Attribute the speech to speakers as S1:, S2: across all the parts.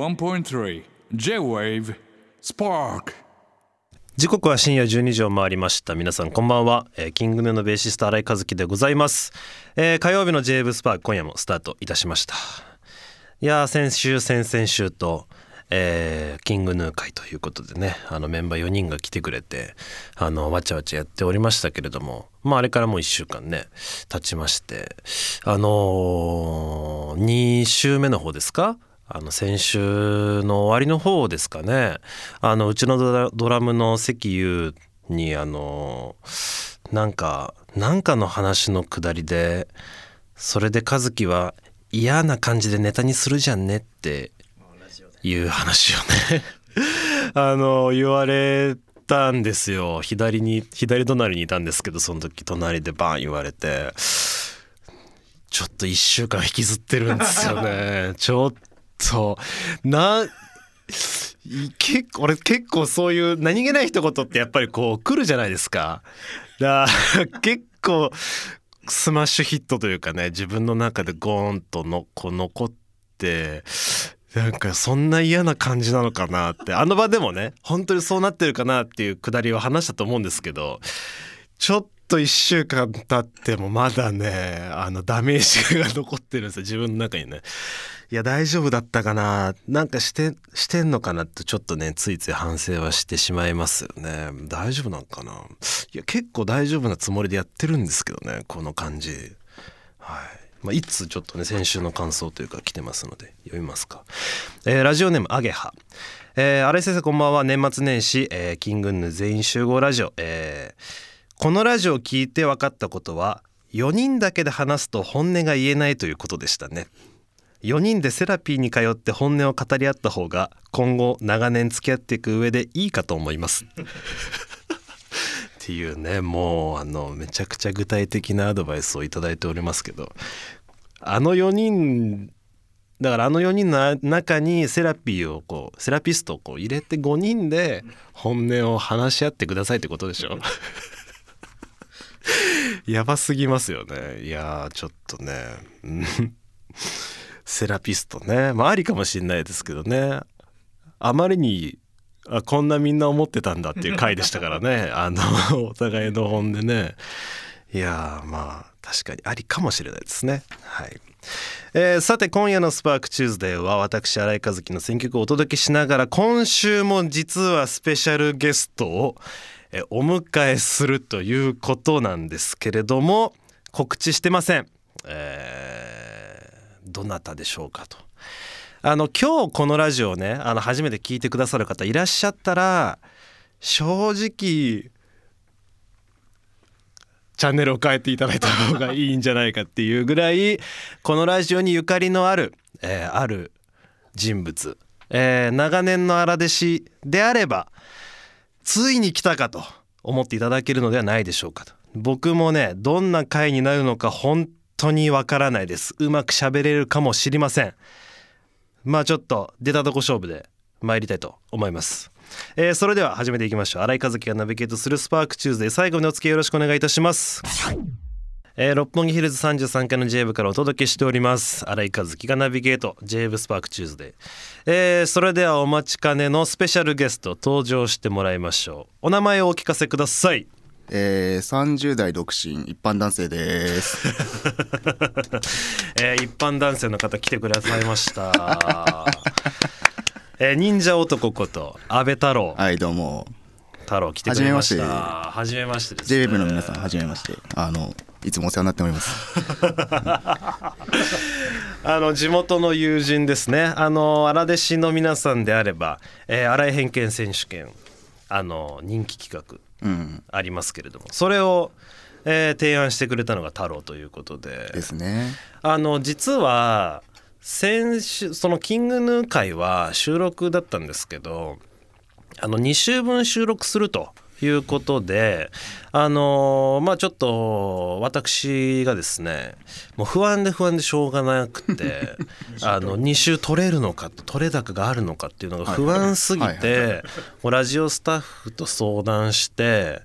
S1: 81.3 J-Wave Spark
S2: 時刻は深夜12時を回りました皆さんこんばんは、えーキングヌーのベーシスト新井和樹でございます、えー火曜日の j ブスパーク今夜もスタートいたしましたいやー先週先々週と、えーキングヌー会ということでねあのメンバー4人が来てくれてあのわちゃわちゃやっておりましたけれどもまああれからもう1週間ね経ちましてあの2週目の方ですかあの先週の終わりの方ですかねあのうちのドラドラムの関優にあのなんかなんかの話のくだりでそれで和樹は嫌な感じでネタにするじゃんねっていう話をね あの言われたんですよ左に左隣にいたんですけどその時隣でバン言われてちょっと1週間引きずってるんですよねちょっとな結構俺結構そういう何気ない一言ってやっぱりこう来るじゃないですかだから結構スマッシュヒットというかね自分の中でゴーンとのこう残ってなんかそんな嫌な感じなのかなってあの場でもね本当にそうなってるかなっていうくだりを話したと思うんですけどちょっと1週間経ってもまだねあのダメージが残ってるんですよ自分の中にね。いや大丈夫だったかななんかしてしてんのかなってちょっとねついつい反省はしてしまいますよね大丈夫なんかないや結構大丈夫なつもりでやってるんですけどねこの感じはい。まあ、いつちょっとね先週の感想というか来てますので読みますか、えーラジオネームアゲハ、えー、新井先生こんばんは年末年始、えーキングンヌ全員集合ラジオ、えーこのラジオを聞いて分かったことは4人だけで話すと本音が言えないということでしたね4人でセラピーに通って本音を語り合った方が今後長年付き合っていく上でいいかと思います。っていうねもうあのめちゃくちゃ具体的なアドバイスをいただいておりますけどあの4人だからあの4人の中にセラピーをこうセラピストをこう入れて5人で本音を話し合ってくださいってことでしょ やばすぎますよねいやーちょっとねうんセラピストねまあありかもしれないですけどねあまりにあこんなみんな思ってたんだっていう回でしたからねあのお互いの本でねいやーまあ確かにありかもしれないですねはい、えーさて今夜の「スパークチューズデーは私新井和樹の選曲をお届けしながら今週も実はスペシャルゲストをえーお迎えするということなんですけれども告知してません、えーどなたでしょうかとあの今日このラジオをねあの初めて聞いてくださる方いらっしゃったら正直チャンネルを変えていただいた方がいいんじゃないかっていうぐらいこのラジオにゆかりのある、えーある人物、えー長年の荒弟子であればついに来たかと思っていただけるのではないでしょうかと僕もねどんな回になるのか本当にわからないですうまく喋れるかもしれませんまあちょっと出たとこ勝負で参りたいと思います、えーそれでは始めていきましょう新井和樹がナビゲートするスパークチューズデー最後にお付き合いよろしくお願いいたしますえー六本木ヒルズ33階の J 部からお届けしております新井和樹がナビゲート J 部スパークチューズデー、えーそれではお待ちかねのスペシャルゲスト登場してもらいましょうお名前をお聞かせください
S3: えー、30代独身一般男 性です。
S2: えー一般男性の方来てくださいました。えー忍者男こと安倍太郎
S3: はいどうも。
S2: 太郎来てくれました。は
S3: は
S2: じめましてです、ね。
S3: JWEB の皆さんはじめまして。あのいつもお世話になっております。
S2: あの地元の友人ですね。あの荒弟子の皆さんであれば、えー、荒井偏見選手権あの人気企画
S3: うん
S2: ありますけれども、それを、えー提案してくれたのが太郎ということで。
S3: ですね。
S2: あの実は先週そのキングヌー会は収録だったんですけどあの2週分収録するということであのまあちょっと私がですねもう不安で不安でしょうがなくて あの2週取れるのか取れ高があるのかっていうのが不安すぎ
S3: はいはい
S2: てもうラジオスタッフと相談して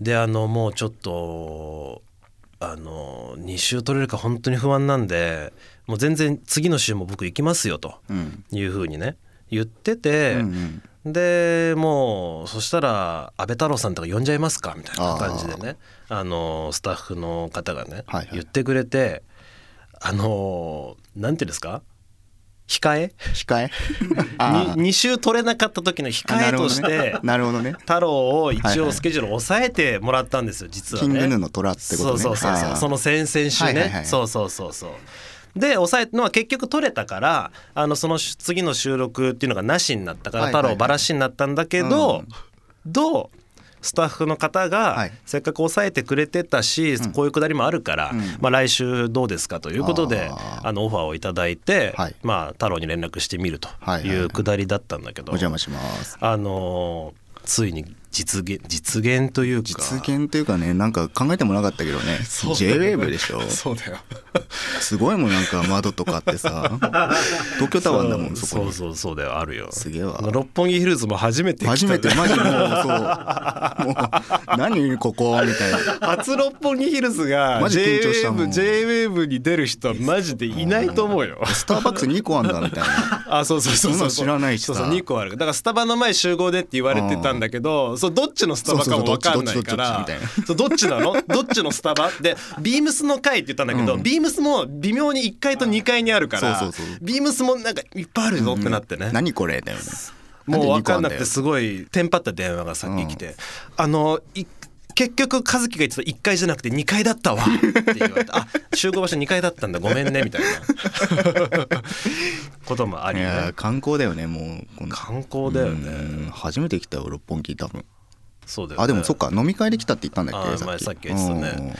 S2: であのもうちょっとあの2週取れるか本当に不安なんでもう全然次の週も僕行きますよと
S3: うん
S2: いうふうにね言ってて、
S3: うんうん
S2: でもうそしたら安倍太郎さんとか呼んじゃいますかみたいな感じでねあのスタッフの方がね、
S3: はいはい
S2: 言ってくれてあのなんていうんですか控え
S3: 控 えあ
S2: に2週取れなかった時の
S3: あな
S2: 控え
S3: るほ
S2: と
S3: ど
S2: し
S3: ね
S2: て、
S3: なるほどね
S2: 太郎を
S3: はい
S2: 一
S3: は
S2: 応
S3: い
S2: スケジュール抑えてもらったんですよ実は
S3: キン
S2: ね。
S3: グヌーの虎ってことね
S2: そうそうそう
S3: は
S2: そう
S3: い
S2: その先々週ね、
S3: はいはいはい
S2: そうそうそうそうで抑えのは結局取れたからあのその次の収録っていうのがなしになったから、
S3: はいはいはい
S2: 太郎ばらしになったんだけど、どうスタッフの方
S3: は
S2: が
S3: い
S2: せっかく抑えてくれてたし、こういうくだりもあるから、
S3: ん
S2: まあ、来週どうですかということで
S3: あ
S2: あのオファーをいただいて、
S3: はい
S2: まあ、太郎に連絡してみると
S3: はいはい
S2: い
S3: はいう
S2: くだりだったんだけど、
S3: お邪魔します
S2: あのーついに実現実現というか
S3: 実現というかねなんか考えてもなかったけどね JWAVE でしょ
S1: そうだよ。
S3: すごいもんなんか窓とかあっ てさ東京タワーだもんそこ
S2: そうそ
S3: に
S2: うそうだよあるよ
S3: すげえわ
S2: あの六本木ヒルズも初めて来た
S3: 初めてマジもう そうもう何ここみたいな
S2: 初六本木ヒルズが
S3: マジ緊張したも
S1: JWAVE
S3: ん
S1: JWAVE に出る人はマジでいないと思うよ。
S3: スターバックス2個あんだみたい な
S1: あそうそうそう
S3: そんな
S2: う
S3: の知らないし
S2: そ
S3: さ
S2: うそう2個あるだからスタバの前集合でって言われてたんだけどそうどっちのスタバかも分かんないから
S3: そうそうそうどっちどっちどっちどっちみたいな
S2: そうどっちなのどっちのスタバでビームスの階って言ったんだけど、ビームスも微妙に1階と2階にあるから
S3: そうそうそう
S2: ビームスもなんかいっぱいあるぞってなってね、
S3: 何これだよね
S2: もう分かんなく
S3: なんで二個あんだよ
S2: てすごいテンパった電話がさっき来て、あのい結局和樹が言ってた1階じゃなくて2階だったわって言わ れてあ集合場所2階だったんだごめんねみたいなこともあ
S3: い
S2: り
S3: や
S2: ね
S3: 観光だよねもうこの
S2: 観光だよね、
S3: うん初めて来たよ六本木多分
S2: そうだよね
S3: あでもそっか飲み会で来たって言ったんだっ
S2: あ
S3: け
S2: ー前さっき言ってたね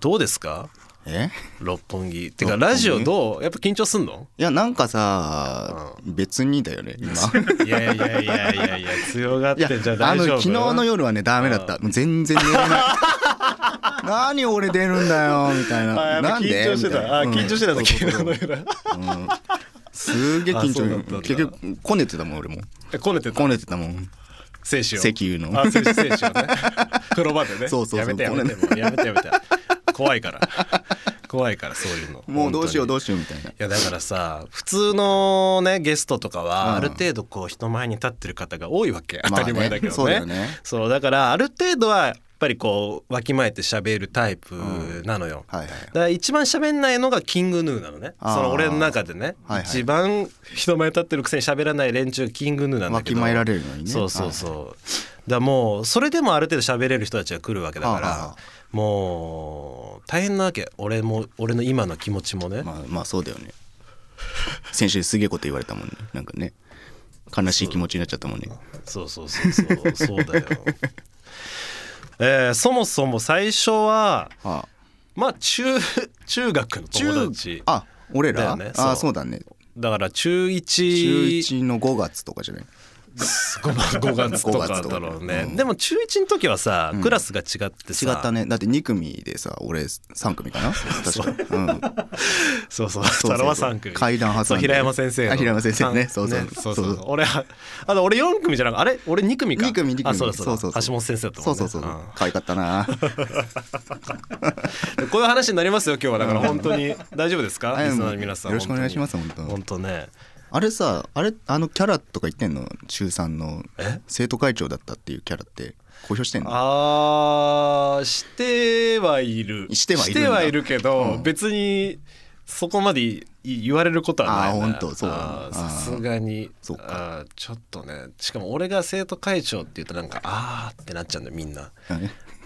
S2: どうですか
S3: うんえ
S2: 六本木てか
S3: 六本木
S2: ラジオどうやっぱ緊張すんの
S3: いやなんかさ別にだよね 今
S2: いやいやいやい やいや強がっ
S3: いや
S2: てんじゃ
S3: あ
S2: 大
S3: の
S2: 丈夫
S3: 昨日の夜はねダメだったもう全然寝れない 何俺出るんだよみた
S2: あ
S3: い
S2: や
S3: な
S2: っぱ
S3: なんで
S2: 緊張して
S3: みいな
S2: たあ
S3: うん
S2: 緊張してたぞ昨日の夜
S3: すげえ
S2: あそうだっ
S3: 緊
S2: たんだ
S3: 張結局こねてたもん俺も
S2: え こねてた
S3: こねてたもん
S2: 精子を
S3: 石油の
S2: あ、選手、選手をね。 風呂場でね。
S3: そうそうそう
S2: やめて、やめて、もうやめて、やめて。怖いから。怖いから、そういうの。
S3: もうどうしようど
S2: う
S3: うしようみたいない
S2: やだからさ普通のねゲストとかはある程度こう人前に立ってる方が多いわけ当
S3: まあ
S2: た
S3: ね
S2: り前だけどね,、
S3: そうだよね
S2: そうだからある程度はやっぱりこうわきまえて喋るタイプなのよ、
S3: はいはい
S2: だ から一番喋んないのがキングヌーなのねそ
S3: あー
S2: の俺の中でね、
S3: はいはい
S2: 一番人前立ってるくせに喋らない連中がキングヌーなんだ
S3: わ
S2: け
S3: き
S2: ど
S3: まえられるのにね
S2: そうそうそう、だからもうそれでもある程度喋れる人たちが来るわけだから、
S3: はあはあ
S2: もう大変なわけ俺も俺の今の気持ちもね、
S3: まあまあそうだよね先週すげえこと言われたもんねなんかね悲しい気持ちになっちゃったもんね
S2: そうそうそうそうそうだよえーそもそも最初は
S3: あ
S2: まあ中中学の友達
S3: あ俺
S2: だよ
S3: ら、
S2: ねそう
S3: あそうだね
S2: だから中
S3: 中
S2: 1
S3: 1の5月とかじゃない
S2: 5月とか
S3: 5月と
S2: だ
S3: か
S2: ろうね、
S3: うん
S2: でも中1の時はさ、クラスが違ってさ
S3: 違ったねだって2組でさ俺3組かな確か、うん、
S2: そうそう、
S3: うそう
S2: 太郎は三組。
S3: 階段挟んで
S2: そう平山先生の。
S3: あ平山先生ね
S2: 三
S3: そうそう
S2: そうそ
S3: そう
S2: う
S3: そう。
S2: 俺は、あの俺四組じゃなく、あれ、俺二組か。
S3: 2組2組
S2: あ、そうだそう
S3: そう
S2: だ。橋本先生だったもん
S3: そう
S2: ね。
S3: そうそうそうん可愛かっ たな
S2: でこういう話になりますよ、今日は、だから、本当に、大丈夫ですか。リスナーの皆さん。
S3: よろしくお願いします
S2: 本
S3: 本
S2: 当
S3: 当
S2: に。本当ね。
S3: あれさあれあのキャラとか言ってんの中3の生徒会長だったっていうキャラって公表してんの
S2: あー、してはいる。
S3: してはいるんだ
S2: けど、
S3: うん
S2: 別に。そこまでい言われることはないね、
S3: あー本当そうだね
S2: あー
S3: あー
S2: さすがに
S3: そうか
S2: あーちょっとねしかも俺が生徒会長って言うとなんかあーってなっちゃうんだよみんな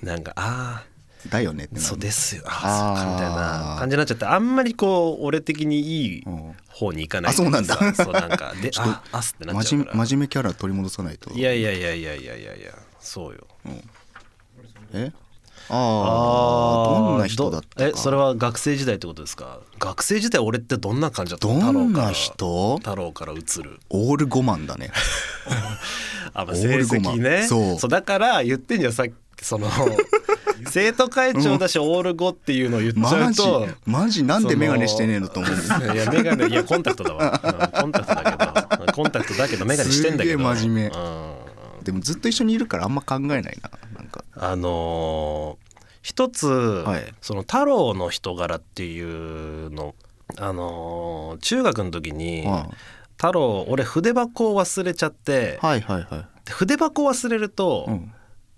S2: なんかあ
S3: だよねって
S2: あ
S3: な
S2: そうですよあ
S3: あー
S2: あそうかみたいな感じになっちゃってあんまりこう俺的にいい
S3: うん
S2: 方に行かない
S3: あそうなんだ
S2: さそうなんか で
S3: ょっと
S2: ああっすってなっち
S3: 真
S2: ゃう
S3: 面
S2: か
S3: 目
S2: ら
S3: 真面目キャラ取り戻さないと
S2: いやいやいやいやいやいやいやそうよ
S3: え
S2: あ
S3: ああ
S2: ー
S3: どんな人だったか
S2: どえそれは学生時代ってことですか学生時代俺ってどんな感じだったの
S3: どん
S2: 太郎から
S3: な人
S2: 太郎から移る
S3: オール5万 だね
S2: あまあ
S3: オー
S2: 成
S3: ルゴマ
S2: 績ね
S3: そう
S2: だから言ってんじゃんさっきそ の生徒会長だしオール5っていうのを言っちゃ
S3: マ
S2: う
S3: ジ
S2: と
S3: マジなんで眼鏡してねえのと思う
S2: そ のいや、メガネ、いや、コンタクトだわ。うんコンタクトだけど、コンタクトだけど、メガネしてんだけど。
S3: すげえ真面目
S2: うん
S3: でもずっと一緒にいるからあんま考えないななんか
S2: あのー一つ、
S3: い
S2: その太郎の人柄っていうのあのー中学の時に
S3: はい
S2: 「太郎俺筆箱を忘れちゃって、
S3: はいはいはい
S2: で筆箱忘れると
S3: うん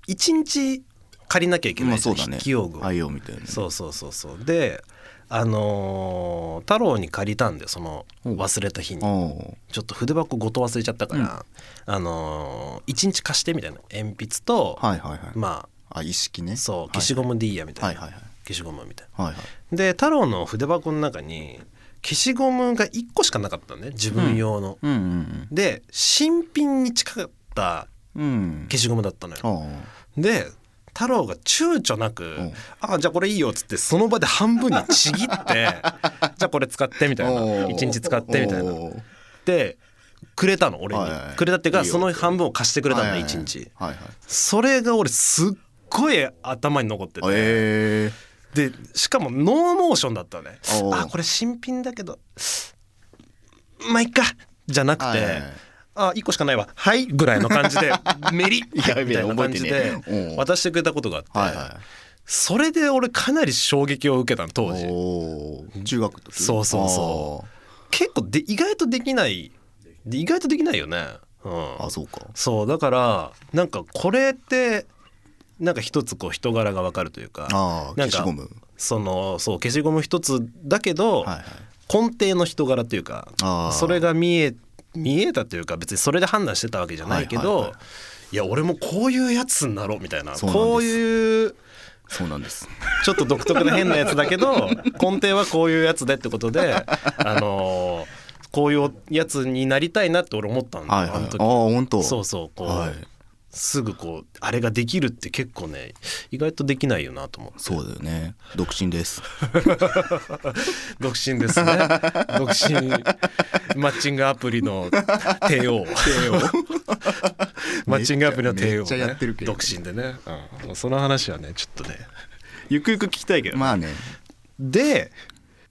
S2: 1日借りなきゃいけな
S3: ま
S2: い
S3: あ
S2: じ
S3: そ
S2: ゃ
S3: うんだね
S2: 筆記用具を
S3: 愛用みたいなね
S2: そうそうそうそうであのー太郎に借りたんでその
S3: うん
S2: 忘れた日に
S3: おう
S2: ちょっと筆箱ごと忘れちゃったから、あのー、1日貸してみたいな鉛筆と、
S3: はいはいはい
S2: ま
S3: あ意識ね
S2: あそう
S3: はい
S2: 消しゴムでいいやみた
S3: はいい
S2: な、
S3: はいはい
S2: 消しゴムみたい
S3: はいはい
S2: なで太郎の筆箱の中に消しゴムが1個しかなかったんね自分用の、
S3: うんうん
S2: で新品に近かった
S3: うんうん
S2: 消しゴムだったのよ、
S3: おう
S2: で太郎が躊躇なく
S3: うん
S2: 「あじゃあこれいいよ」っつってその場で半分にちぎって 「じゃあこれ使って」みたいな「
S3: おう
S2: 一日使って」みたいな
S3: おう
S2: でくれたの俺に、
S3: はいはい
S2: くれたっていうか
S3: いいよ
S2: その半分を貸してくれたんだ
S3: はいはい
S2: 一日
S3: はいはい
S2: それが俺すっごい頭に残ってて、
S3: ええ
S2: でしかもノーモーションだったね
S3: おう
S2: あこれ新品だけどまあいっかじゃなくて、
S3: はいはいはい
S2: あ1個しかないわはいぐらいの感じ でメリ
S3: や
S2: ッみたいな感じで
S3: 覚えてねうん
S2: 渡してくれたことがあって、
S3: はいはい
S2: それで俺かなり衝撃を受けたの当時
S3: おう中学の時
S2: そうそうそ結構で意外とできないで意外とできないよね、うん
S3: あ、あそう か
S2: そうだからなんかこれってなんか一つこう人柄がわかるというか
S3: ああ
S2: な
S3: 消
S2: んか
S3: しゴム
S2: そのそう消しゴム一つだけど、
S3: はいはい
S2: 根底の人柄というか
S3: あー
S2: それが見え見えたというか別にそれで判断してたわけじゃないけど、
S3: はいいはいは
S2: や俺もこういうやつになろうみたいな
S3: そうなんです
S2: こういう
S3: そうなんです
S2: ちょっと独特な変なやつだけ ど根底はこういうやつでってことで、あのーこういうやつになりたいなって俺思ったんだ、
S3: はいはい
S2: あ
S3: あ
S2: の時
S3: あ本当
S2: そうそうこう、
S3: はい
S2: すぐこうあれができるって結構ね意外とできないよなと思う
S3: そうだよね独 身です
S2: 独身ですね 独身マッチングアプリの帝王 マッチングアプリの帝王、ね、
S3: めっちゃやってるけど
S2: 独身でね、うんその話はねちょっとねゆくゆく聞きたいけど、
S3: まあね
S2: で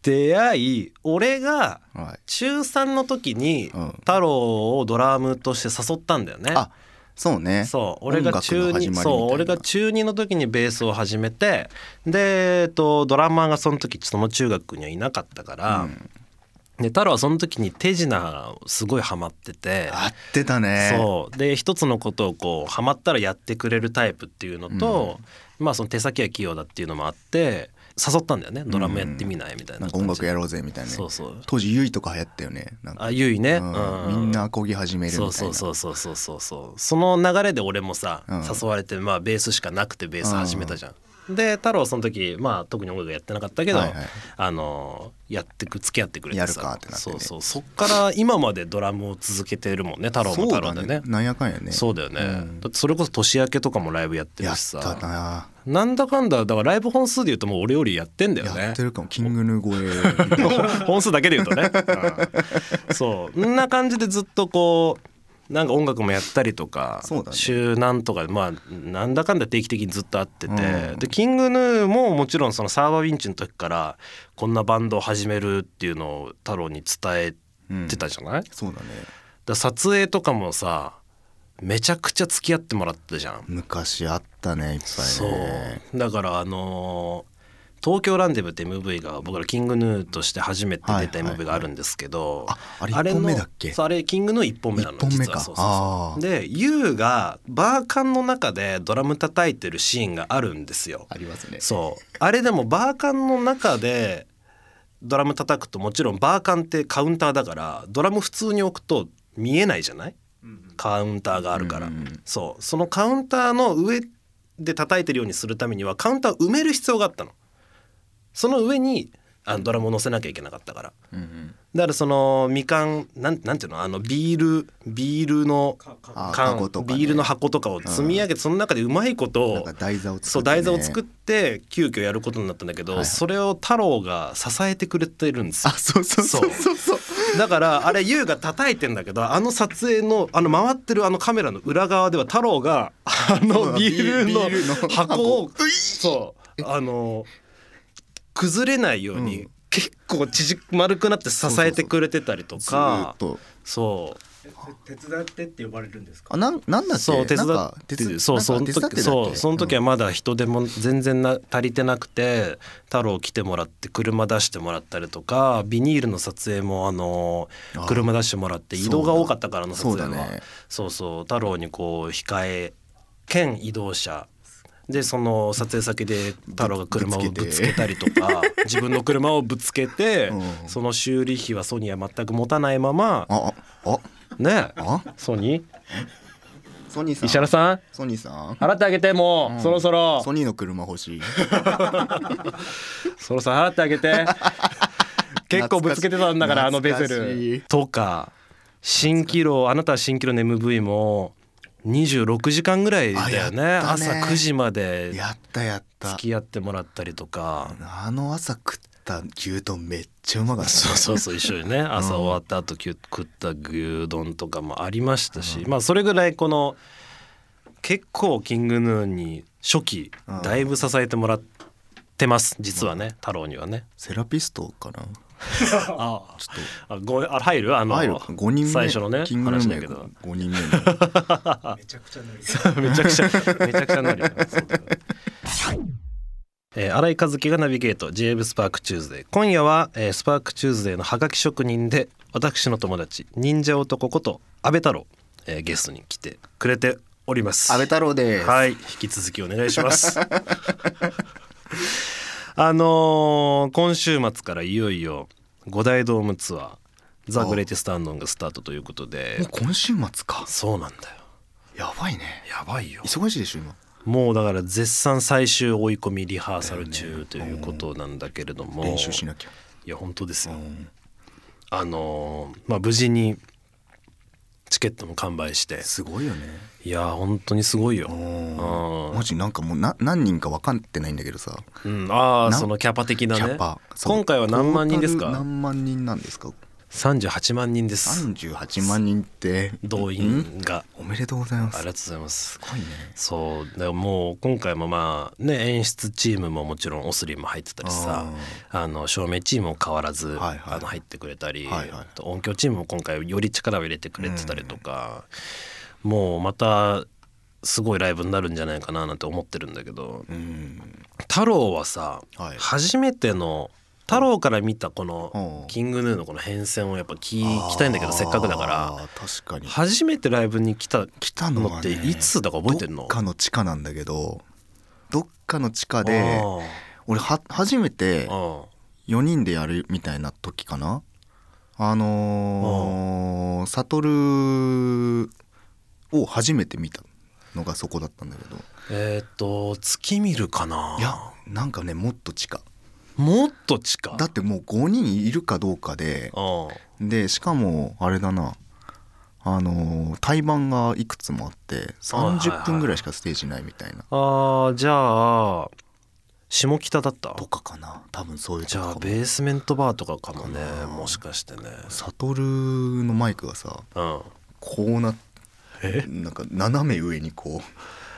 S2: 出会い俺が
S3: はい
S2: 中3の時に
S3: うん
S2: 太郎をドラムとして誘ったんだよね、
S3: あそうね
S2: そう俺が中
S3: 音楽の
S2: 二
S3: 始まりみたいな
S2: そう俺が中二の時にベースを始めてで、えっと、ドラマーがその時その中学にはいなかったから、で太郎はその時に手品すごいハマってて。
S3: 合ってたね
S2: そうで一つのことをこうハマったらやってくれるタイプっていうのと、まあその手先が器用だっていうのもあって誘ったんだよねドラムやってみないみたいな,、
S3: なんか音楽やろうぜみたいなね
S2: そうそう
S3: 当時ゆいとか流行ったよねなんか
S2: あゆいね、
S3: うん
S2: う
S3: みんなこぎ始めるみたい
S2: そ
S3: な
S2: うそうそうそうそうそうそうその流れで俺もさ、
S3: うん
S2: 誘われてまあベースしかなくてベース始めたじゃん。で太郎はその時まあ特に音楽やってなかったけど、
S3: はいはい
S2: あのーやってく付き合ってくれてさ
S3: やるかってなって
S2: そ
S3: ね
S2: うそうそっから今までドラムを続けてるもんね太郎も太郎で
S3: そう
S2: ね
S3: だなんやかんやね
S2: そうだよね、
S3: うん
S2: だってそれこそ年明けとかもライブやって
S3: や
S2: る
S3: っ
S2: しさ
S3: たな
S2: なんだかんだだからライブ本数で言うともう俺よりやってんだよね
S3: やってるかもキングヌ ー超え
S2: 本数だけで言うとね、そうんな感じでずっとこうなんか音楽もやったりとか、
S3: そうだね
S2: 週何とかでまあなんだかんだ定期的にずっと会ってて、
S3: うん
S2: でキングヌーももちろんそのサーバーウィンチの時からこんなバンドを始めるっていうのを太郎に伝えてたじゃない、だか
S3: そうだね
S2: ら撮影とかもさめちゃくちゃ付き合ってもらってたじゃん。
S3: 昔あったねいっぱいね
S2: そうだからあのー東京ランデブって MV が僕らキングヌーとして初めて出た
S3: はいはいはい
S2: MV があるんですけど、
S3: ああれ一本目だっけ
S2: のそうあれキングヌー1本目なの
S3: 一本目か
S2: 実はそうそうそ
S3: あ
S2: う
S3: ー
S2: で YOU がバーカンの中でドラム叩いてるシーンがあるんですよ
S3: りますね
S2: そうあれでもバーカンの中でドラム叩くともちろんバーカンってカウンターだからドラム普通に置くと見えないじゃないカウンターがあるから、
S3: うんうん
S2: そうそのカウンターの上で叩いてるようにするためにはカウンターを埋める必要があったのその上にあのドラムを乗せなきゃいけなかったから
S3: うんうん
S2: だからそのみかんなんなんていうのあのビールビールの
S3: あ
S2: 缶、
S3: 箱とかね
S2: ビールの箱とかを積み上げて、その中でうまいことを
S3: なんか台座を作ってね
S2: そう台座を作って急遽やることになったんだけど、
S3: はい
S2: それを太郎が支えてくれてるんです
S3: あ
S2: よ
S3: そうそうそうそうそう
S2: だからあれ優が叩いてんだけどあの撮影のあの回ってるあのカメラの裏側では太郎があの
S3: うん
S2: ビー
S3: ビー
S2: ルの
S3: ルの
S2: 箱をそうあの崩れないように、
S3: うん
S2: 結構縮丸くなって支えてくれてたりと
S3: ずー
S2: か
S3: っと
S2: そう
S4: 手伝ってって呼ばれるんですか
S3: あなんなんだっけ
S2: そう手伝
S3: なん
S2: っ
S3: か手
S2: て
S3: 伝
S2: そうそ
S3: なん
S2: の
S3: か手伝って
S2: 時
S3: たっ
S2: そ
S3: け
S2: うその時は
S3: うん
S2: まだ人手も全然な足りてなくて太郎来てもらって車出してもらったりとかビニールの撮影もあの
S3: あ
S2: 車出してもらって移動が多かったからの撮
S3: そう
S2: 影
S3: だ
S2: はそう,、
S3: ね
S2: そう太郎にこう控え兼移動車でその撮影先で太郎が車をぶ
S3: ぶ
S2: つ
S3: つ
S2: け
S3: けて
S2: たりと か自分の車をぶつけて、
S3: うん
S2: その修理費はソニーは全く持たないまま
S3: ああ
S2: ね
S3: あ
S2: ソニー
S3: あソニーさん
S2: 石原さん
S3: ソニーさん
S2: 払ってあげてもう、
S3: うん
S2: そろそろ
S3: ソニーの車欲しい
S2: そろそろ払ってあげ て結構ぶつけてたんだからあのベ
S3: 懐
S2: ゼ
S3: かしい
S2: ルとか蜃気楼あなたは蜃気楼の MV も26時間ぐらいだよね
S3: あやったね
S2: 朝9時まで
S3: やったやった
S2: 付き合ってもらったりとか
S3: あの朝食った牛丼めっちゃうまかった
S2: そうそうそう一緒にね朝終わった後きゅ食った牛丼とかもありましたし、まあそれぐらいこの結構キングヌーに初期
S3: うん
S2: だいぶ支えてもらってます実はね太郎にはね。
S3: セラピストかな
S2: ああちょっとあごあ入るあの
S3: 入る5人目
S2: 最初のね
S3: キングル
S2: 話
S3: メ
S2: だけど
S3: 5人目の
S4: めちゃくちゃなりそう
S2: めちゃくちゃめちゃくちゃなるよねそうだよねえー、新井和樹がナビゲート j ブスパークチューズデー今夜は、えースパークチューズデーのハガキ職人で私の友達忍者男こと安倍太郎、えーゲストに来てくれております
S3: 安倍太郎です
S2: はい、引き続きお願いします。 あのー今週末からいよいよ五大ドームツアー「ザ・グレイテスト・アンドン」がスタートということ
S3: も
S2: で
S3: う今週末か
S2: そうなんだよ
S3: やばいね
S2: やばいよ
S3: 忙しいでしょ今
S2: もうだから絶賛最終追い込みリハーサル中ということなんだけれども
S3: 練習しなきゃ
S2: いや本当ですよ
S3: うん
S2: あのーまあ無事にチケットも完売して
S3: すごいよね
S2: いや本当にすごいよ
S3: う
S2: う
S3: ん
S2: ん
S3: マジなんかもうな何人か分かってないんだけどさ
S2: うん、ああ
S3: な
S2: そのキャパ的な
S3: キャ
S2: ね
S3: ッパそう
S2: 今回は何万人です
S3: トータル
S2: か
S3: 何万人なんですか
S2: 38万人です
S3: 38万人って
S2: 動
S3: うん
S2: 員が
S3: おめでとうございま
S2: あ
S3: す
S2: り
S3: す
S2: がとうございます
S3: ごいね
S2: そうだからもう今回もまあね演出チームももちろんオスリーも入ってたりさあの照明チームも変わらず、
S3: はいはい
S2: あの入ってくれたり、
S3: はいはい
S2: あと音響チームも今回より力を入れてくれてたりとか、もうまたすごいライブになるんじゃないかななんて思ってるんだけど
S3: うん
S2: 太郎はさ、
S3: はい
S2: 初めての太郎から見たこの
S3: うん
S2: キングヌーのこの変遷をやっぱ聞きたいんだけどせっかくだから
S3: あー確かに
S2: 初めてライブに来た
S3: 来たの
S2: のっ
S3: は
S2: て
S3: ね
S2: いつだか覚えてん
S3: ど
S2: の
S3: っかの地下なんだけどどっかの地下で俺は初めて
S2: あー
S3: 4人でやるみたいな時かなあのー、サトルを初めて見たのがそこだったんだけど
S2: えーっと月見るかない
S3: やなんかねもっと地下
S2: もっと近
S3: だってもう5人いるかどうかで
S2: うん
S3: でしかもあれだなあのー対バンがいくつもあって30分ぐらいしかステージないみたいな
S2: あーじゃあ下北だった
S3: とかかな多分そういう
S2: じ
S3: と
S2: ゃあ
S3: こか
S2: ベ
S3: も
S2: ースメントバーとかかもねもしかしてね
S3: サトルのマイクがさ
S2: うん
S3: こうな
S2: え
S3: なんか斜め上にこう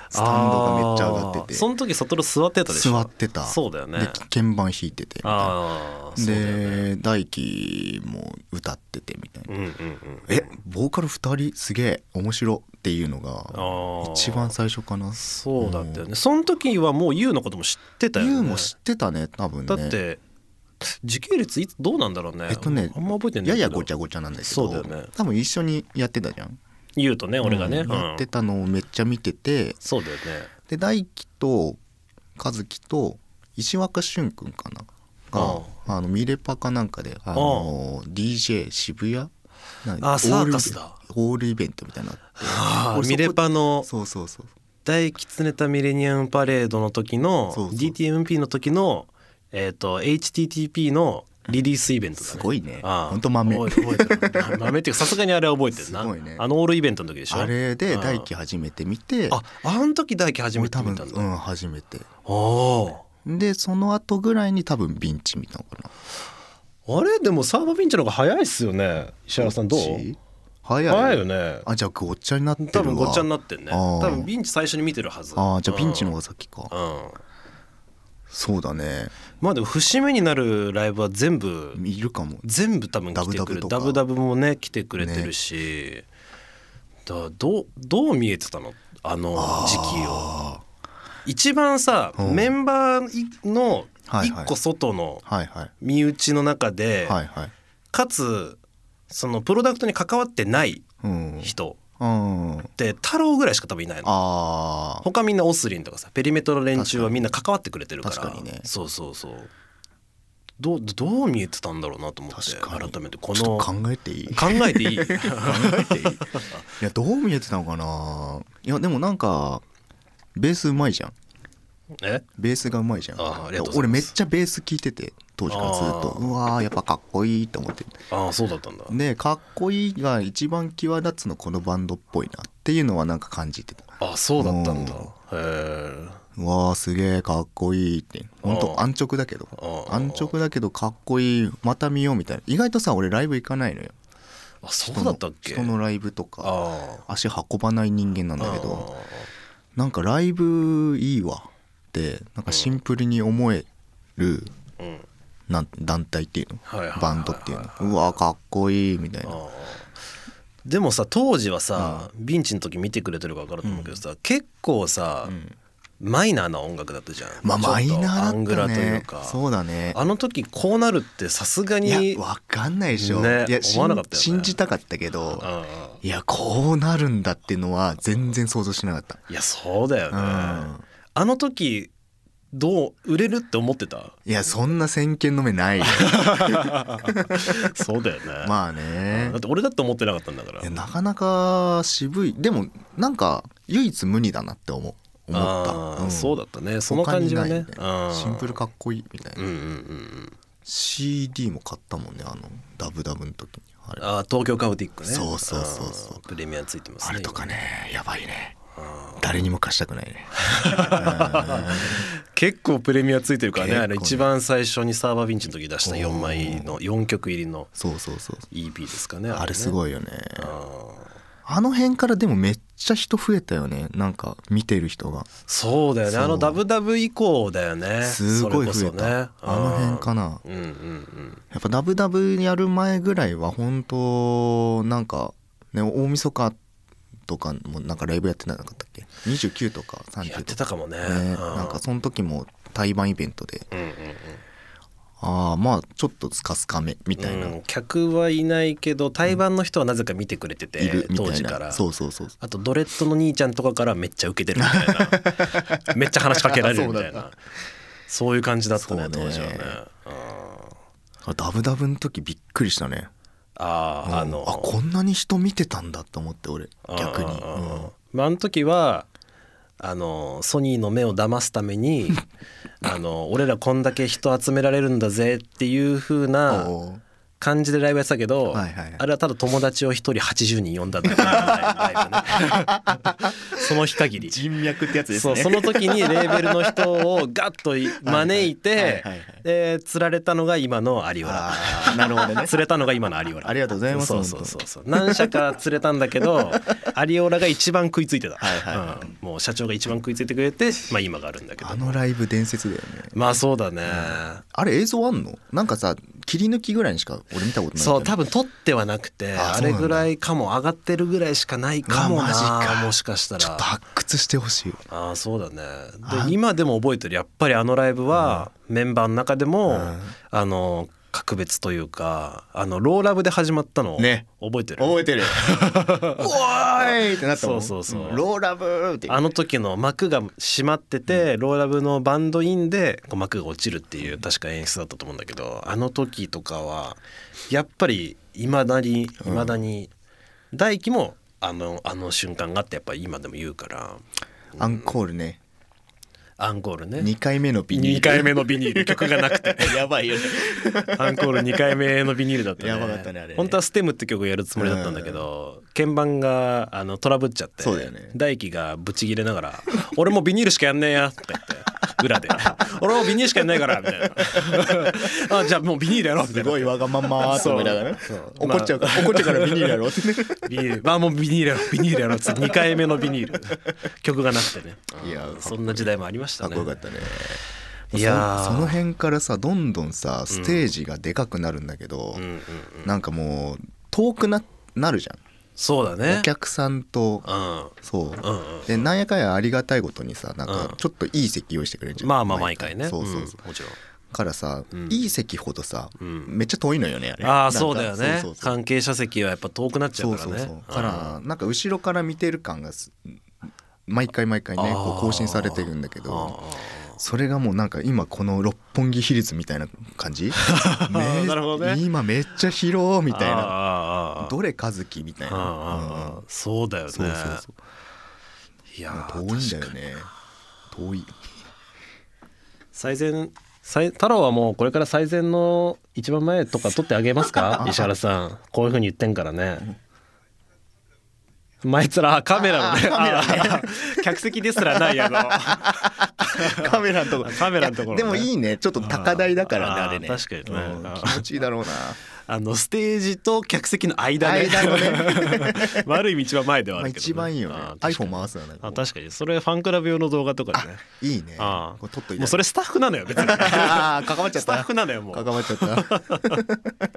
S3: スタンドがめっちゃ上がって
S2: あ
S3: て
S2: ーその時悟座ってたでしょ
S3: 座ってた
S2: そうだよね
S3: で鍵盤弾いててみたいな
S2: ああそうだよね
S3: で大輝も歌っててみたい
S2: うん
S3: な
S2: うんうん
S3: えボーカル2人すげえ面白っていうのが
S2: あー
S3: 一番最初かな
S2: そうだったよねその時はもう YOU のことも知ってたよね
S3: YOU も知ってたね多分ね
S2: だって時系列いつどうなんだろうね
S3: えっとね
S2: あんま覚えてない
S3: ややごちゃ
S2: ゃ
S3: ごちゃなんだけど
S2: そうだよね
S3: 多分一緒にやってたじゃん
S2: YOU とね俺がね、
S3: うんやって
S2: うん
S3: たのをめっちゃ見てて
S2: そうだよね
S3: で大輝と和樹と石若俊君かながあのミレパかなんかであの DJ 渋谷なんか
S2: あ
S3: オ
S2: サ
S3: ー
S2: ー
S3: ル
S2: カスだ
S3: オールイベントみたいなのあって
S2: あー
S3: 俺そ
S2: ミ
S3: こ
S2: レパの
S3: そうそうそう
S2: 大狐田ミレニアムパレードの時の
S3: そうそう
S2: DTMP の時のえっ、と HTTP のリリースイベントだね
S3: すごいね
S2: ああ
S3: ほんと豆
S2: 覚えてる覚えてる 豆っていうかさすがにあれは覚えてるな
S3: すごいね
S2: あのオールイベントの時でしょ
S3: あれで大
S2: 輝
S3: 輝初めて見て
S2: ああの時大輝初め
S3: 俺
S2: て
S3: 多
S2: 見
S3: 分
S2: たんだ、
S3: う
S2: あ
S3: ん初めて
S2: あ
S3: でその後ぐらいに多分ビンチ見たのかな
S2: あれでもサーバーピンチの方が早いっすよね石原さんどう
S3: ビンチ早い
S2: 早いよね
S3: あじゃあごっちゃになってるわ
S2: 多分ごっちゃになってんね
S3: あー
S2: 多分ピンチ最初に見てるはず
S3: あーじゃあビンチ
S2: う
S3: の方
S2: ん
S3: が先か、
S2: うん
S3: そうだね
S2: まあでも節目になるライブは全部
S3: いるかも
S2: 全部多分来てくれる
S3: ダ
S2: ダ
S3: ブ
S2: ブ
S3: ダ
S2: ダブもね来てくれてるし、だどうどう見えてたのあの時期を一番さ、
S3: うん
S2: メンバーの
S3: はいはい
S2: 一個外の
S3: はいはい
S2: 身内の中で、
S3: はいはい
S2: かつそのプロダクトに関わってない
S3: うん
S2: 人
S3: うん
S2: って太郎ぐらいしか多分いないの
S3: ああ
S2: 他みんなオスリンとかさペリメートの連中はみんな関わってくれてるから
S3: 確かにね
S2: そうそうそうどうどう見えてたんだろうなと思って
S3: 確かに
S2: 改めてこ
S3: ちょ
S2: の
S3: っと考
S2: 考
S3: えていい
S2: えていい
S3: 考えていいいやどう見えてたのかないやでもなんかベースうまいじゃん
S2: え
S3: ベースがうまいじゃん
S2: あーありがとうござい
S3: 俺
S2: ま
S3: めっ
S2: す
S3: ちゃベース聴いてて当時からずっと
S2: あー
S3: うわーやっぱかっこいいと思って
S2: ああそうだったんだ
S3: ねかっこいいが一番際立つのこのバンドっぽいなっていうのはなんか感じてた
S2: あそうだったんだ
S3: う
S2: へ
S3: ん
S2: え
S3: うわーすげえかっこいいってほんと
S2: あー
S3: 安直だけど
S2: あー
S3: 安直だけどかっこいいまた見ようみたいな意外とさ俺ライブ行かないのよ
S2: あそうだったっけ
S3: 人の人のライブとか
S2: あ
S3: 足運ばない人間なん
S2: あ
S3: だけどなんかライブいいわってなんかシンプルに思える
S2: あーうん
S3: なん団体っていうの
S2: はいはいはいはい
S3: バンドっていうのうわーかっこいいみたい
S2: あ
S3: な
S2: ーでもさ当時はさ、ビンチの時見てくれてるから分かると思うけどさ、結構さ、
S3: ん
S2: マイナーな音楽だったじゃん
S3: まあ
S2: ちょっと
S3: マイナーだったね
S2: アングラというか
S3: そうだね
S2: あの時こうなるってさすがに
S3: いやわかんないでしょ、
S2: ね
S3: いや
S2: 思わなかったよね
S3: 信信じたかったけど
S2: うん
S3: いやこうなるんだっていうのは全然想像しなかった
S2: いやそうだよね、
S3: うん
S2: あの時どう売れるって思ってた
S3: いやそんな先見の目な いよ
S2: そうだよね、
S3: まあ
S2: う
S3: ね
S2: んだって俺だって思ってなかったんだから
S3: いやなかなか渋いでもなんか唯一無二だなって思う思
S2: あ
S3: っ
S2: ー
S3: た、ん
S2: そうだったねその感じはね
S3: 他にないねシンプル
S2: か
S3: かっこいいみたいな、
S2: うんうんうんうん
S3: CD も買ったもんねあのダブダブの時にあれあ
S2: あー東京カウティックね
S3: そうそうそうそうん
S2: プレミアついてます
S3: れとかねやばいね
S2: あ
S3: 誰にも貸したくないね
S2: 今結構プレミアついてるからね
S3: 結構ね
S2: あの一番最初にサーバービンチの時出した4枚の4曲入りの
S3: そうそうそう
S2: EP ですかね
S3: あれす
S2: い
S3: ごいよね
S2: あー
S3: あの辺からでもめっちゃ人増えたよねなんか見てる人が
S2: そうだよね
S3: そう
S2: あのダブダブ以降だよね
S3: すごい増え
S2: それこそね
S3: たあの辺かな
S2: うんうんうん
S3: やっぱダブダブやる前ぐらいは本当なんかね大晦日とかもなんかライブやってなかったっけ29とか30とか
S2: やってたかもね
S3: ね
S2: うん
S3: なんかその時も対バンイベントで
S2: うんうんうん
S3: ああまあちょっとスカスカめみたいな、
S2: うん客はいないけど対バンの人はなぜか見てくれてて、
S3: いるみた
S2: 当
S3: い
S2: 時か
S3: な
S2: ら
S3: そうそうそう
S2: あとドレッドの兄ちゃんとかからめっちゃ受けてるみ たいなめっちゃ話しかけられるみたい
S3: そうだ
S2: なそういう感じだったね
S3: そうね
S2: 当時はね
S3: ダブダブの時びっくりしたね
S2: あ
S3: うん
S2: ああの
S3: あこんなに人見てたんだと思って俺逆に
S2: あーまああの時はあのソニーの目を騙すため にあの俺らこんだけ人集められるんだぜっていう風
S3: うん
S2: な
S3: おー
S2: 感じでライブやってたけど、
S3: はいはいはい
S2: あれはただ友達を一人80人呼んだだけのライ ブね その日限り
S3: 人脈ってやつです
S2: そう
S3: ね
S2: その時にレーベルの人をガッとい招い
S3: はい
S2: て
S3: はいはい
S2: で釣られたのが今のアリオ ラ
S3: あーなるほどね
S2: 釣れたのが今のアリオラ
S3: ありがとうございます
S2: そうそうそうそう何社か釣れたんだけ どアリオラが一番食いついてた
S3: はいはいは
S2: うんもう社長が一番食いついてくれて、まあ、今があるんだけど
S3: あのライブ伝説だよね
S2: まあそうだね、
S3: あれ映像あんのなんかさ切り抜きぐらいにしか俺見たことない
S2: そう多
S3: 分
S2: 分撮ってはなくてあ
S3: あそうな
S2: れ
S3: んだ
S2: ぐらいかも上がってるぐらいしかないかも
S3: うわマジ
S2: な
S3: か
S2: もしかした
S3: ちょっ
S2: ら
S3: と発掘してほしい
S2: ああそうだね
S3: あ
S2: で今でも覚えてるやっぱりあのライブはメンバーの中でも、
S3: うん
S2: あの格別というかあのローラブで始まったの、
S3: ね
S2: 覚えてる
S3: 覚えてるおーいってなったもん
S2: そうそうそうん
S3: ローラブーって
S2: あの時の幕が閉まってて、ローラブのバンドインでこう幕が落ちるっていう確か演出だったと思うんだけどあの時とかはやっぱりいまだにいまだに、大輝もあのあの瞬間があってやっぱり今でも言うから
S3: アンコールね
S2: アンコールね
S3: 2回目のビニール
S2: 2回目のビニール曲がなく て
S3: やばいよね
S2: アンコール2回目のビニールだったね
S3: やばかったねあれね
S2: 本当は「ステムって曲をやるつもりだったんだけど、鍵盤があのトラブっちゃって
S3: そうだよね
S2: 大輝がブチギレながら 「俺もビニールしかやんねえや」とか言って裏 で「俺もビニールしかやんないから」みたい なあ「じゃあもうビニールやろう」みた
S3: す
S2: いな
S3: ごいわがままーって思いながらね
S2: そう
S3: 怒っちゃうから怒っちゃうからビニールやろうってね
S2: ビニールまあもうビニールやろうビニールやろうっつって2回目のビニール曲がなくてね
S3: いや
S2: うんそんな時代もありまし
S3: か
S2: た
S3: っ
S2: ね
S3: こよかったね
S2: いやー
S3: そその辺からさどんどんさステージがでかくなるんだけど
S2: うんうんうん
S3: なんかもう遠くななるじゃん
S2: そうだね
S3: お客さんと
S2: うんうん
S3: そう
S2: うん
S3: でなんやかんやありがたいことにさなん
S2: うん
S3: かちょっといい席用意してくれるじゃん
S2: まあまあ毎回ね
S3: そうそうそう、
S2: んもちろん
S3: からさ、
S2: うん
S3: いい席ほどさ、
S2: うん
S3: めっちゃ遠いのよねあれ
S2: あ
S3: な
S2: あ
S3: んか
S2: そうだよね
S3: そうそうそう
S2: 関係者席はやっぱ遠くなっちゃ
S3: そうう
S2: か
S3: そ
S2: ら
S3: う
S2: ね
S3: そうからなんか後ろから見てる感がす毎回毎回ね
S2: あー
S3: こう更新されてるんだけ
S2: うんあ
S3: どそれがもうなんか今この六本木ヒルズみたいな 感じめ
S2: なるほどね
S3: 今めっちゃ広み
S2: み
S3: たいな
S2: な
S3: どれ和樹みたい
S2: あああ
S3: な
S2: あそうだよ
S3: う
S2: ね
S3: んそうそうそう
S2: いや
S3: 遠いんだよね遠い
S2: 最善最太郎はもうこれから最善の一番前とか取ってあげます か石原さんこういうふうに言ってんからね前つらあカメラのねああ 客席ですらないあ の
S3: カメラのとこ
S2: カメラのところね
S3: でもいいねちょっと高台だからね
S2: あー
S3: あれね
S2: 確かにね
S3: うん気持ちいいだろう な
S2: あのステージと客席の間ね
S3: 間のね
S2: 悪い道は前では
S3: ま
S2: あ
S3: あ
S2: るけど、ね、
S3: 一番いいよね
S2: あー確か
S3: iPhone
S2: に
S3: 回すよね
S2: あ確かにそれファンクラブ用の動画とかでね
S3: いいね
S2: あー
S3: これ撮っといて
S2: もうそれスタッフなのよ別に
S3: あー関わっちゃっ
S2: スタッ
S3: た
S2: フなのよも
S3: 関
S2: う
S3: わっちゃった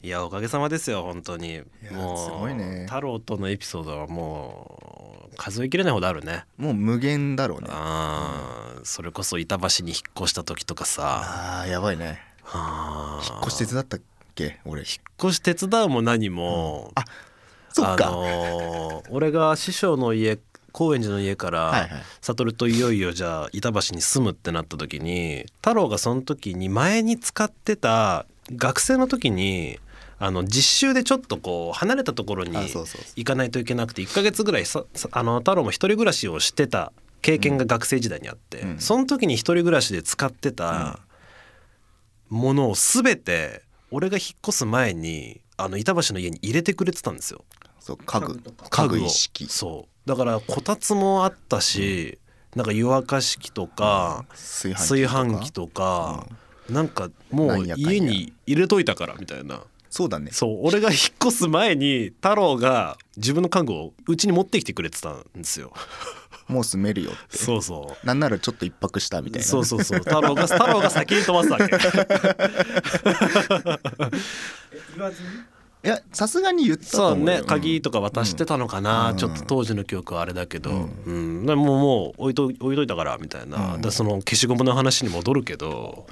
S2: いやおかげさまですよ本当に
S3: や
S2: もう
S3: すごいね
S2: 太郎とのエピソードはもう数えきれないほどあるね
S3: もう無限だろうね
S2: あーそれこそ板橋に引っ越した時とかさ
S3: あーやばいね
S2: あー
S3: 引っ越し手伝ったっけ俺
S2: 引っ越し手伝うも何も、
S3: あそっか
S2: あのー俺が師匠の家高円寺の家から、
S3: はいはい
S2: 悟といよいよじゃあ板橋に住むってなった時に太郎がその時に前に使ってた学生の時にあの実習でちょっとこう離れたところに
S3: あそうそうそう
S2: 行かないといけなくて1ヶ月ぐらいささあの太郎も一人暮らしをしてた経験が学生時代にあって、
S3: うん
S2: その時に一人暮らしで使ってたものを全て俺が引っ越す前にあの板橋の家に入れてくれてたんですよ。
S3: そう家具
S4: 家具とか
S3: 家具
S2: を
S3: 一式
S2: そうだからこたつもあったし、なんか湯沸かし器とか、
S3: 炊
S2: 炊飯器
S3: とか
S2: とか、なんかも
S3: なん
S2: う
S3: やかんや
S2: 家に入れといたからみたいな
S3: そうだね
S2: そう俺が引っ越す前に太郎が自分の家具をうちに持ってきてくれてたんです よ
S3: もう住めるよって
S2: そうそ
S3: なんならちょっと一泊したみたいうな
S2: そうそうそう太郎が太郎が先に飛ばすわけ
S4: え言わずに
S3: いやさすがに言ったと
S2: そう
S3: 思うよ
S2: ね鍵とか渡してたのかな、
S3: うん
S2: ちょっと当時の記憶はあれだけど、う
S3: うんん
S2: でもうもう置いと置いといたからみたいな、
S3: うん
S2: でその消しゴムの話に戻るけど、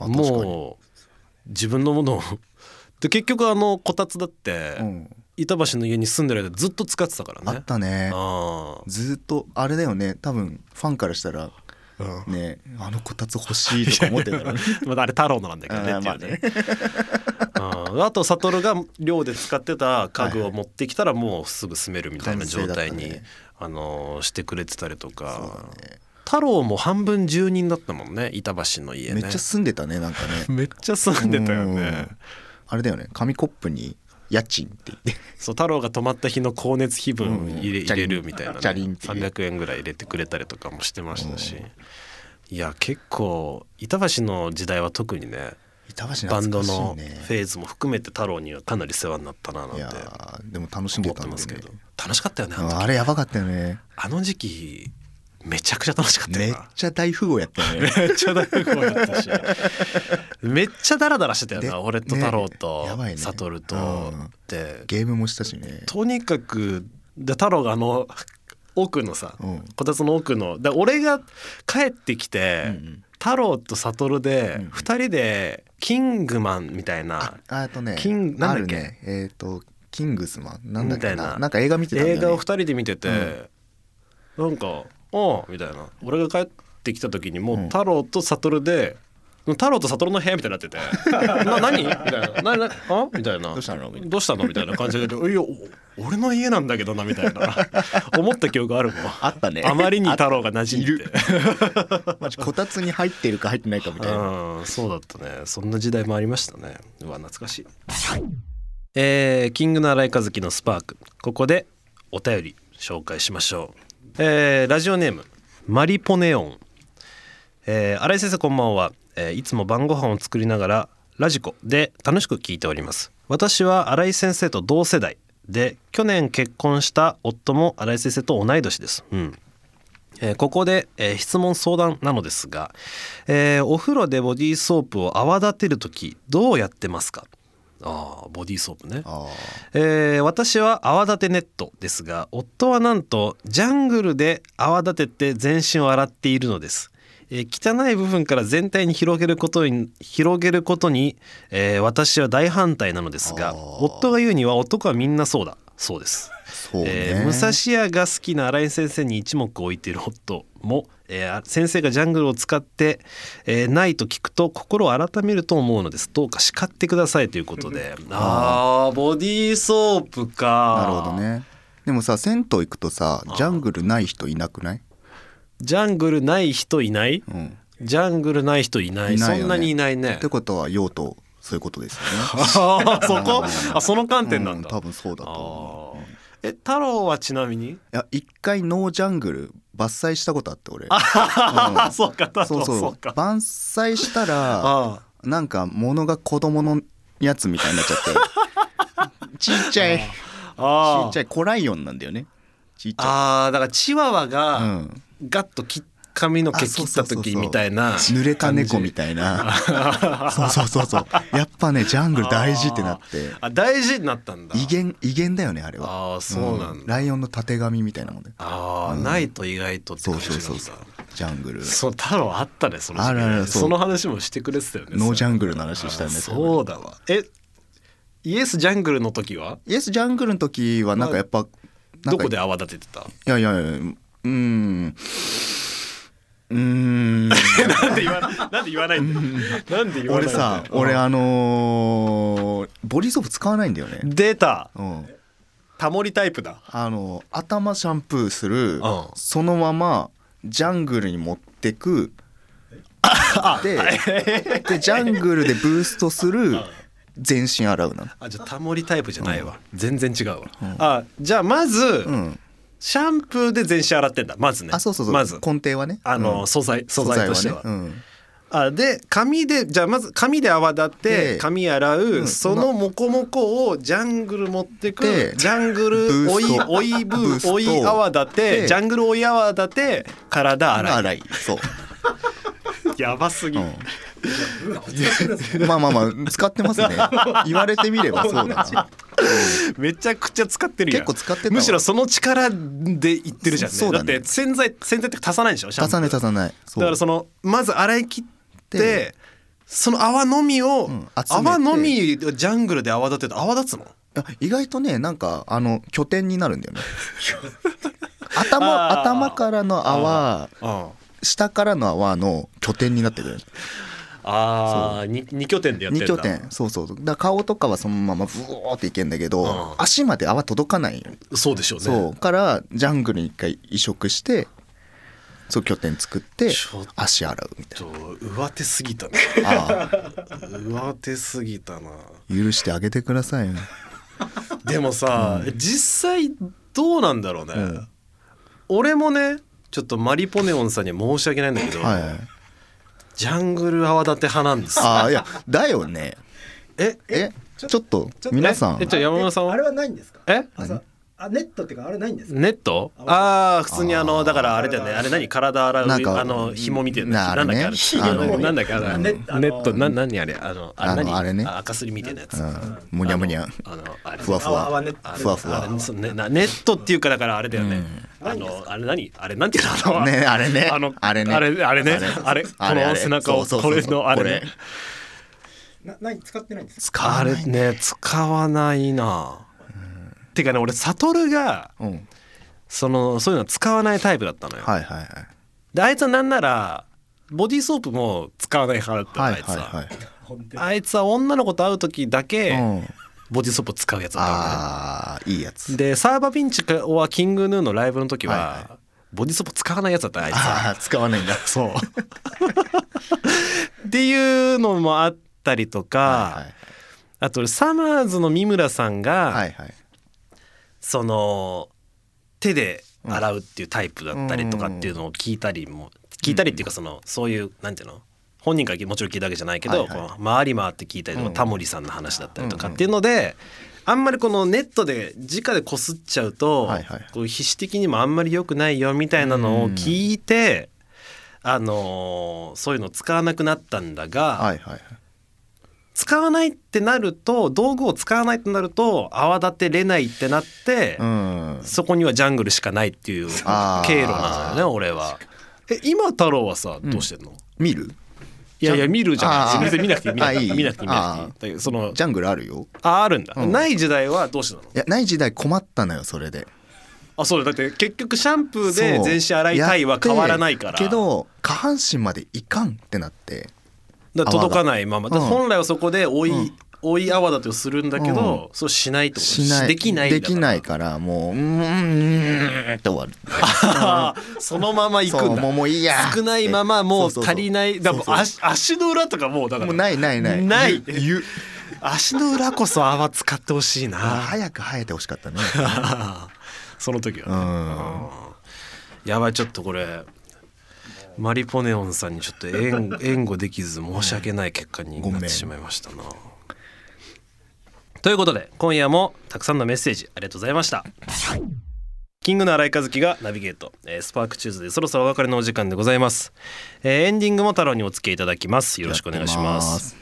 S3: うんあ確かに
S2: もう自分のものを で結局あのこたつだって、
S3: うん
S2: 板橋の家に住んでる間ずっと使ってたからね
S3: あったね
S2: あー
S3: ずーっとあれだよね多分ファンからしたらねあのこたつ欲しいとか思ってた らね
S2: まだあれ太郎のなんだけどね
S3: あー
S2: っていうね。ああと悟が寮で使ってた家具を持ってきたらもうすぐ住めるみたいな状態
S3: 完成
S2: に、
S3: だったね
S2: あのーしてくれてたりとか、
S3: そうだね
S2: 太郎も半分住人だったもんね板橋の家ね
S3: めっちゃ住んでたねなんかね
S2: めっちゃ住んでたよね
S3: うんあれだよね紙コップに家賃って言って
S2: そう太郎が泊まった日の光熱費分
S3: うん
S2: 入れ,、
S3: チャ
S2: 入
S3: リ
S2: れ
S3: ン
S2: るみたいな、ね、
S3: チャリンっていう
S2: 300円ぐらい入れてくれたりとかもしてましたし、いや結構板橋の時代は特にね
S3: 板橋
S2: バン
S3: 懐
S2: ド
S3: かしい
S2: のフ
S3: ね
S2: ェーズも含めて太郎にはかなり世話になったななん
S3: い
S2: て
S3: やーでも楽しん
S2: 思
S3: で
S2: ったて
S3: ん
S2: ます
S3: で
S2: け
S3: ね
S2: ど楽しかったよねあの時
S3: あれやばかったよね
S2: あの時期めちゃくちゃ楽しかった
S3: めっ
S2: よな
S3: ちゃ大富豪やったよね
S2: めっちゃ大学校やったしめっちゃダラダラしてたよ
S3: で
S2: な俺と太郎と
S3: ねやばいね
S2: 悟と、
S3: うん
S2: で
S3: ゲームもしたしね
S2: とにかくで太郎があの奥のさ、
S3: うん
S2: こたつの奥ので俺が帰ってきて、
S3: うんうん
S2: 太郎と悟で
S3: うんうん
S2: 2人でキングマンみたいな
S3: ああとね
S2: キンなんだっけ
S3: あるねえっとキングスマンなんだっけ
S2: みたいな
S3: ななんか映画見てたんだよ
S2: 映
S3: ね
S2: 画を2人で見てて、なんか「おう」みたいな俺が帰ってきた時にもう
S3: うん
S2: 太郎と悟で太郎と悟の部屋みたいになって て「な何?」みたいな「ななあみたいな「ど
S3: うしたのみたいな
S2: どうしたの?」みたいな感じで「いやお俺の家なんだけどな」みたい な思った記憶あるもん。
S3: あったね
S2: あまりに太
S3: あ
S2: 郎が馴染んでて。
S3: マジこたつに入ってるか入ってないかみたいな
S2: うん、そうだったね。そんな時代もありましたね。うわ、懐かしい。えーキングの荒井和樹のスパーク。ここでお便り紹介しましょう。えーラジオネーム、マリポネオン。えー、新井先生こんばんは、えーいつも晩ご飯を作りながらラジコで楽しく聞いております私は新井先生と同世代で去年結婚した夫も新井先生と同い年ですうんえーここで、えー質問相談なのですが、えーお風呂でボディーソープを泡立てる時どうやってますかああボディーソープね
S3: あ
S2: えー私は泡立てネットですが夫はなんとジャングルで泡立てて全身を洗っているのです、えー汚い部分から全体に広げることに広げることに、えー私は大反対なのですが
S3: あー
S2: 夫が言うには男はみんなそうだそうです
S3: あそうね、
S2: えー武蔵屋が好きな新井先生に一目置いている夫も、えー先生がジャングルを使って、えーないと聞くと心を改めると思うのですどうか叱ってくださいということであーボディーソープか
S3: なるほどねでもさ銭湯行くとさジャングルない人いなくない、
S2: ジャングルない人いない
S3: うん、
S2: ジャングルない人いない
S3: いないよね
S2: そんなにいないね
S3: ってことは用途そういうことですよね
S2: あーそこあその観点なん
S3: う
S2: だ、
S3: 多分そうだと思う
S2: あーえ太郎はちなみに
S3: いや一回ノージャングル伐採したことあって俺、
S2: あそうか太郎
S3: そうそう
S2: そうか
S3: 伐採したら
S2: あ
S3: なんか物が子供のやつみたいになっちゃっ てちっちゃいち
S2: ーあー
S3: っちゃいコライオンなんだよねちっちゃ
S2: あーだからチワワ
S3: い、う
S2: が
S3: ん、
S2: ガッとき髪の毛切った時みたいな
S3: 濡れた猫みた いなそうそうそうそうやっぱねジャングル大事ってなって
S2: あ大事になったんだ
S3: 威厳威厳だよねあれは
S2: ああそうなんだ、
S3: ライオンのたてがみみたいなもんね
S2: ああ、ないと意外とって
S3: そ
S2: 感
S3: う
S2: じ
S3: そ
S2: なん
S3: う
S2: だ
S3: そうそうジャングル
S2: そう太郎あったねその時期ね
S3: あるある
S2: そ
S3: そう
S2: の話もしてくれてたよね
S3: ノージャ
S2: ン
S3: ングルの話したよね
S2: そうだわえイエスジャングルの時は
S3: イエスジャングルの時はなんかやっぱなんか
S2: どこで泡立ててた
S3: いやいやいやうーんうーん
S2: なんで言わなんで言わないんだよなん で言わない
S3: 俺
S2: んだよ
S3: さ俺あのーボディーソープ使わないんだよね
S2: 出た
S3: うん
S2: タモリタイプだ
S3: あの頭シャンプーする
S2: ん
S3: そのままジャングルに持ってくででジャングルでブーストする全身洗うな
S2: あじゃあタモリタイプじゃないわ、全然違うわ、あじゃあまず、
S3: うん
S2: シャンプーで全身洗ってんだまずね
S3: あそうそうそう
S2: まず
S3: 根底はね
S2: あの、
S3: うん
S2: 素材素材としては、
S3: ねうん
S2: あで髪でじゃあまず髪で泡立って
S3: で
S2: 髪洗う、
S3: ん
S2: そのモコモコをジャングル持ってく
S3: で
S2: ジャングル
S3: ブ
S2: 追
S3: ース
S2: い
S3: ト
S2: 追いブ
S3: ブース
S2: ー
S3: ト
S2: 追い泡立て
S3: で
S2: ジャングル追い泡立て体洗い
S3: 洗いそう
S2: やばすぎ、
S3: まあまあまあ使って ますね言われてみればそうだな
S2: めちゃくちゃ使ってるやん
S3: 結構使ってたわ
S2: むしろその力でいってるじゃんね
S3: そうだね
S2: って洗剤洗剤って足さないでしょシャンプー
S3: 足さない足さないそう
S2: だからそのまず洗い切って
S3: で
S2: その泡のみを、
S3: ん集めて
S2: 泡のみをジャングルで泡立てた泡立つの
S3: あ意外とねなんかあの拠点になるん だよね頭
S2: あー
S3: 頭からの泡
S2: あ
S3: 下からの泡の拠点になってくる
S2: あ 2, 拠点でやって
S3: 2
S2: るんだ
S3: 拠点そうそうだから顔とかはそのままブオーっていけんだけど、
S2: ん
S3: 足まで泡届かないよ、
S2: そうでしょうね
S3: そうからジャングルに一回移植してそう拠点作って
S2: ちょっと
S3: 足洗うみたい
S2: ちょっと上手すぎたな
S3: なああ
S2: 上手すぎたな
S3: 許してあげてくださいよ
S2: でもさ、実際どうなんだろうね、
S3: ん
S2: 俺もねちょっとマリポネオンさんには申し訳ないんだけど、
S3: はいはい
S2: ジャングル泡立て派なんです
S3: ああいやだよね
S2: え
S3: えちょっと
S4: ちょっと
S3: 皆さ
S2: え
S3: ん
S2: ちょ山村さん
S4: あれはないんですか
S2: え
S4: あさあネットっていうかあれないんですか
S2: ネットああ普通にあのだからあれだよね
S4: あー
S2: あれ何体洗う
S3: なんか
S2: あの紐みたいな
S3: な
S2: やつ
S3: あ
S2: な
S3: れ
S2: んだっけ
S3: ね
S2: あれ
S3: あの
S2: なんだっけあ
S4: あ
S2: れ
S4: の
S2: ネ
S4: ネあの
S2: ットな何あれあのあ
S3: あの
S2: 何
S3: あれね
S2: 赤すりみたいなやつ
S3: うんむにゃむにゃ
S2: あのあれ
S3: ふわふ
S4: あ
S3: わ
S4: あね
S3: ふわふ
S2: あ
S3: わ
S2: れそうねなネットっていうかだからあれだよねあのあれ何あれなんていうのあの
S3: ねあれね
S2: あの
S3: あれね
S2: あれあれねあれこ
S3: あれあ
S2: の
S3: れ
S2: 背中を
S3: そう
S2: こ
S3: そうそう
S2: れ
S3: そう
S2: のあれね
S3: これ
S4: なない使ってないんですか
S2: あ
S3: 使わな
S2: れ
S3: いね
S2: ね使わないなてかね俺悟が
S3: うん
S2: そのそういうの使わないタイプだったのよ
S3: はいはいはい
S2: であいつはなんならボディーソープも使わない派だったの
S3: はい
S2: あいつは,、
S3: はいはい
S4: 本当に
S2: あいつは女の子と会う時だけ
S3: うん
S2: ボディーソープを使うやつだったのね
S3: あーいいやつ
S2: でサーバーピンチはキングヌーのライブの時は、
S3: はい
S2: ボディーソープ使わないやつだったのあいつは
S3: ああ使わないんだそう
S2: っていうのもあったりとか、
S3: はい
S2: あとサマーズの三村さんが、
S3: はいはい
S2: その手で洗うっていうタイプだったりとかっていうのを聞いたりも聞いたりっていうかそのそういうなんていうの本人からもちろん聞いたわけじゃないけど、
S3: はいはい
S2: こう回り回って聞いたりとか、タモリさんの話だったりとかっていうので、あんまりこのネットで直でこすっちゃうと、
S3: はいはい
S2: こう皮脂的にもあんまり良くないよみたいなのを聞いて、あのーそういうの使わなくなったんだが、
S3: はいはいはい
S2: 使わないってなると道具を使わないってなると泡立てれないってなって、
S3: うん
S2: そこにはジャングルしかないっていう経路
S3: あー
S2: なのよね俺は。え今太郎はさどうしてんの、
S3: 見る
S2: いやいや見るじゃ
S3: あ
S2: ん
S3: ー
S2: 別に見なくていい見なくていい
S3: あ
S2: 見
S3: ー
S2: なくていい見なくていいだ
S3: あー
S2: けどその
S3: ジャングルあるよ
S2: ああるんだ、
S3: うん
S2: ない時代はどうしてたの
S3: いやない時代困ったのよそれで
S2: あそうだだって結局シャンプーで
S3: そう
S2: 全身洗いたいは変わらないから
S3: やってけど下半身までいかんってなって
S2: だから届かないまま、だから
S3: うん
S2: 本来はそこで追い、
S3: うん
S2: 追い泡だとするんだけど、そうしないってこと
S3: しない
S2: できないんだ
S3: で
S2: から
S3: きないからもううーんって終わる
S2: あー そのまま行く
S3: そ
S2: ん
S3: うもう
S2: だ
S3: もういいや
S2: 少ないままもう
S3: そうそうそう
S2: 足りないだからもう足足の裏とかもうだから
S3: もうないないない
S2: ない
S3: ゆゆ
S2: 足の裏こそ泡使ってほしい
S3: あ
S2: な
S3: 早く生えてほしかったね
S2: その時はね、
S3: うん
S2: やばいちょっとこれマリポネオンさんにちょっと 援援護できず申し訳ない結果に
S3: ご
S2: なっ
S3: めん
S2: てしまいましたな。ということで今夜もたくさんのメッセージありがとうございました。キングの新井和樹がナビゲート、えースパークチューズでそろそろお別れのお時間でございます、えーエンディングも太郎にお付き合いいただきますよろしくお願いします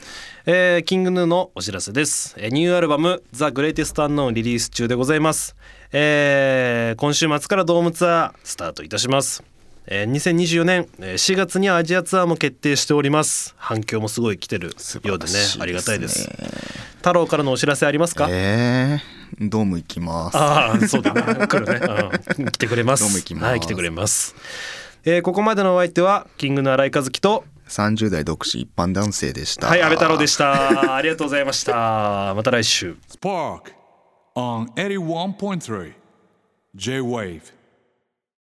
S2: えーキングヌーのお知らせです、えーニューアルバム「ザ・グレイテスト・アンノーン」リリース中でございます、えー今週末からドームツアースタートいたします、えー2024年えー4月にアジアツアーも決定しております反響もすごい来てるようでね
S3: 素晴らしいですね
S2: ありがたいです太郎からのお知 らせありますか、
S3: えー、ドーム行きます
S2: ああそうだね来るね、うん来てくれます
S3: どうも行きます
S2: はい来てくれます、えーここまでのお相手はキングの新井和樹と
S3: 30代独身一般男性でした
S2: はい安倍太郎でしたありがとうございましたまた来週
S5: Spark on 81.3 J-Wave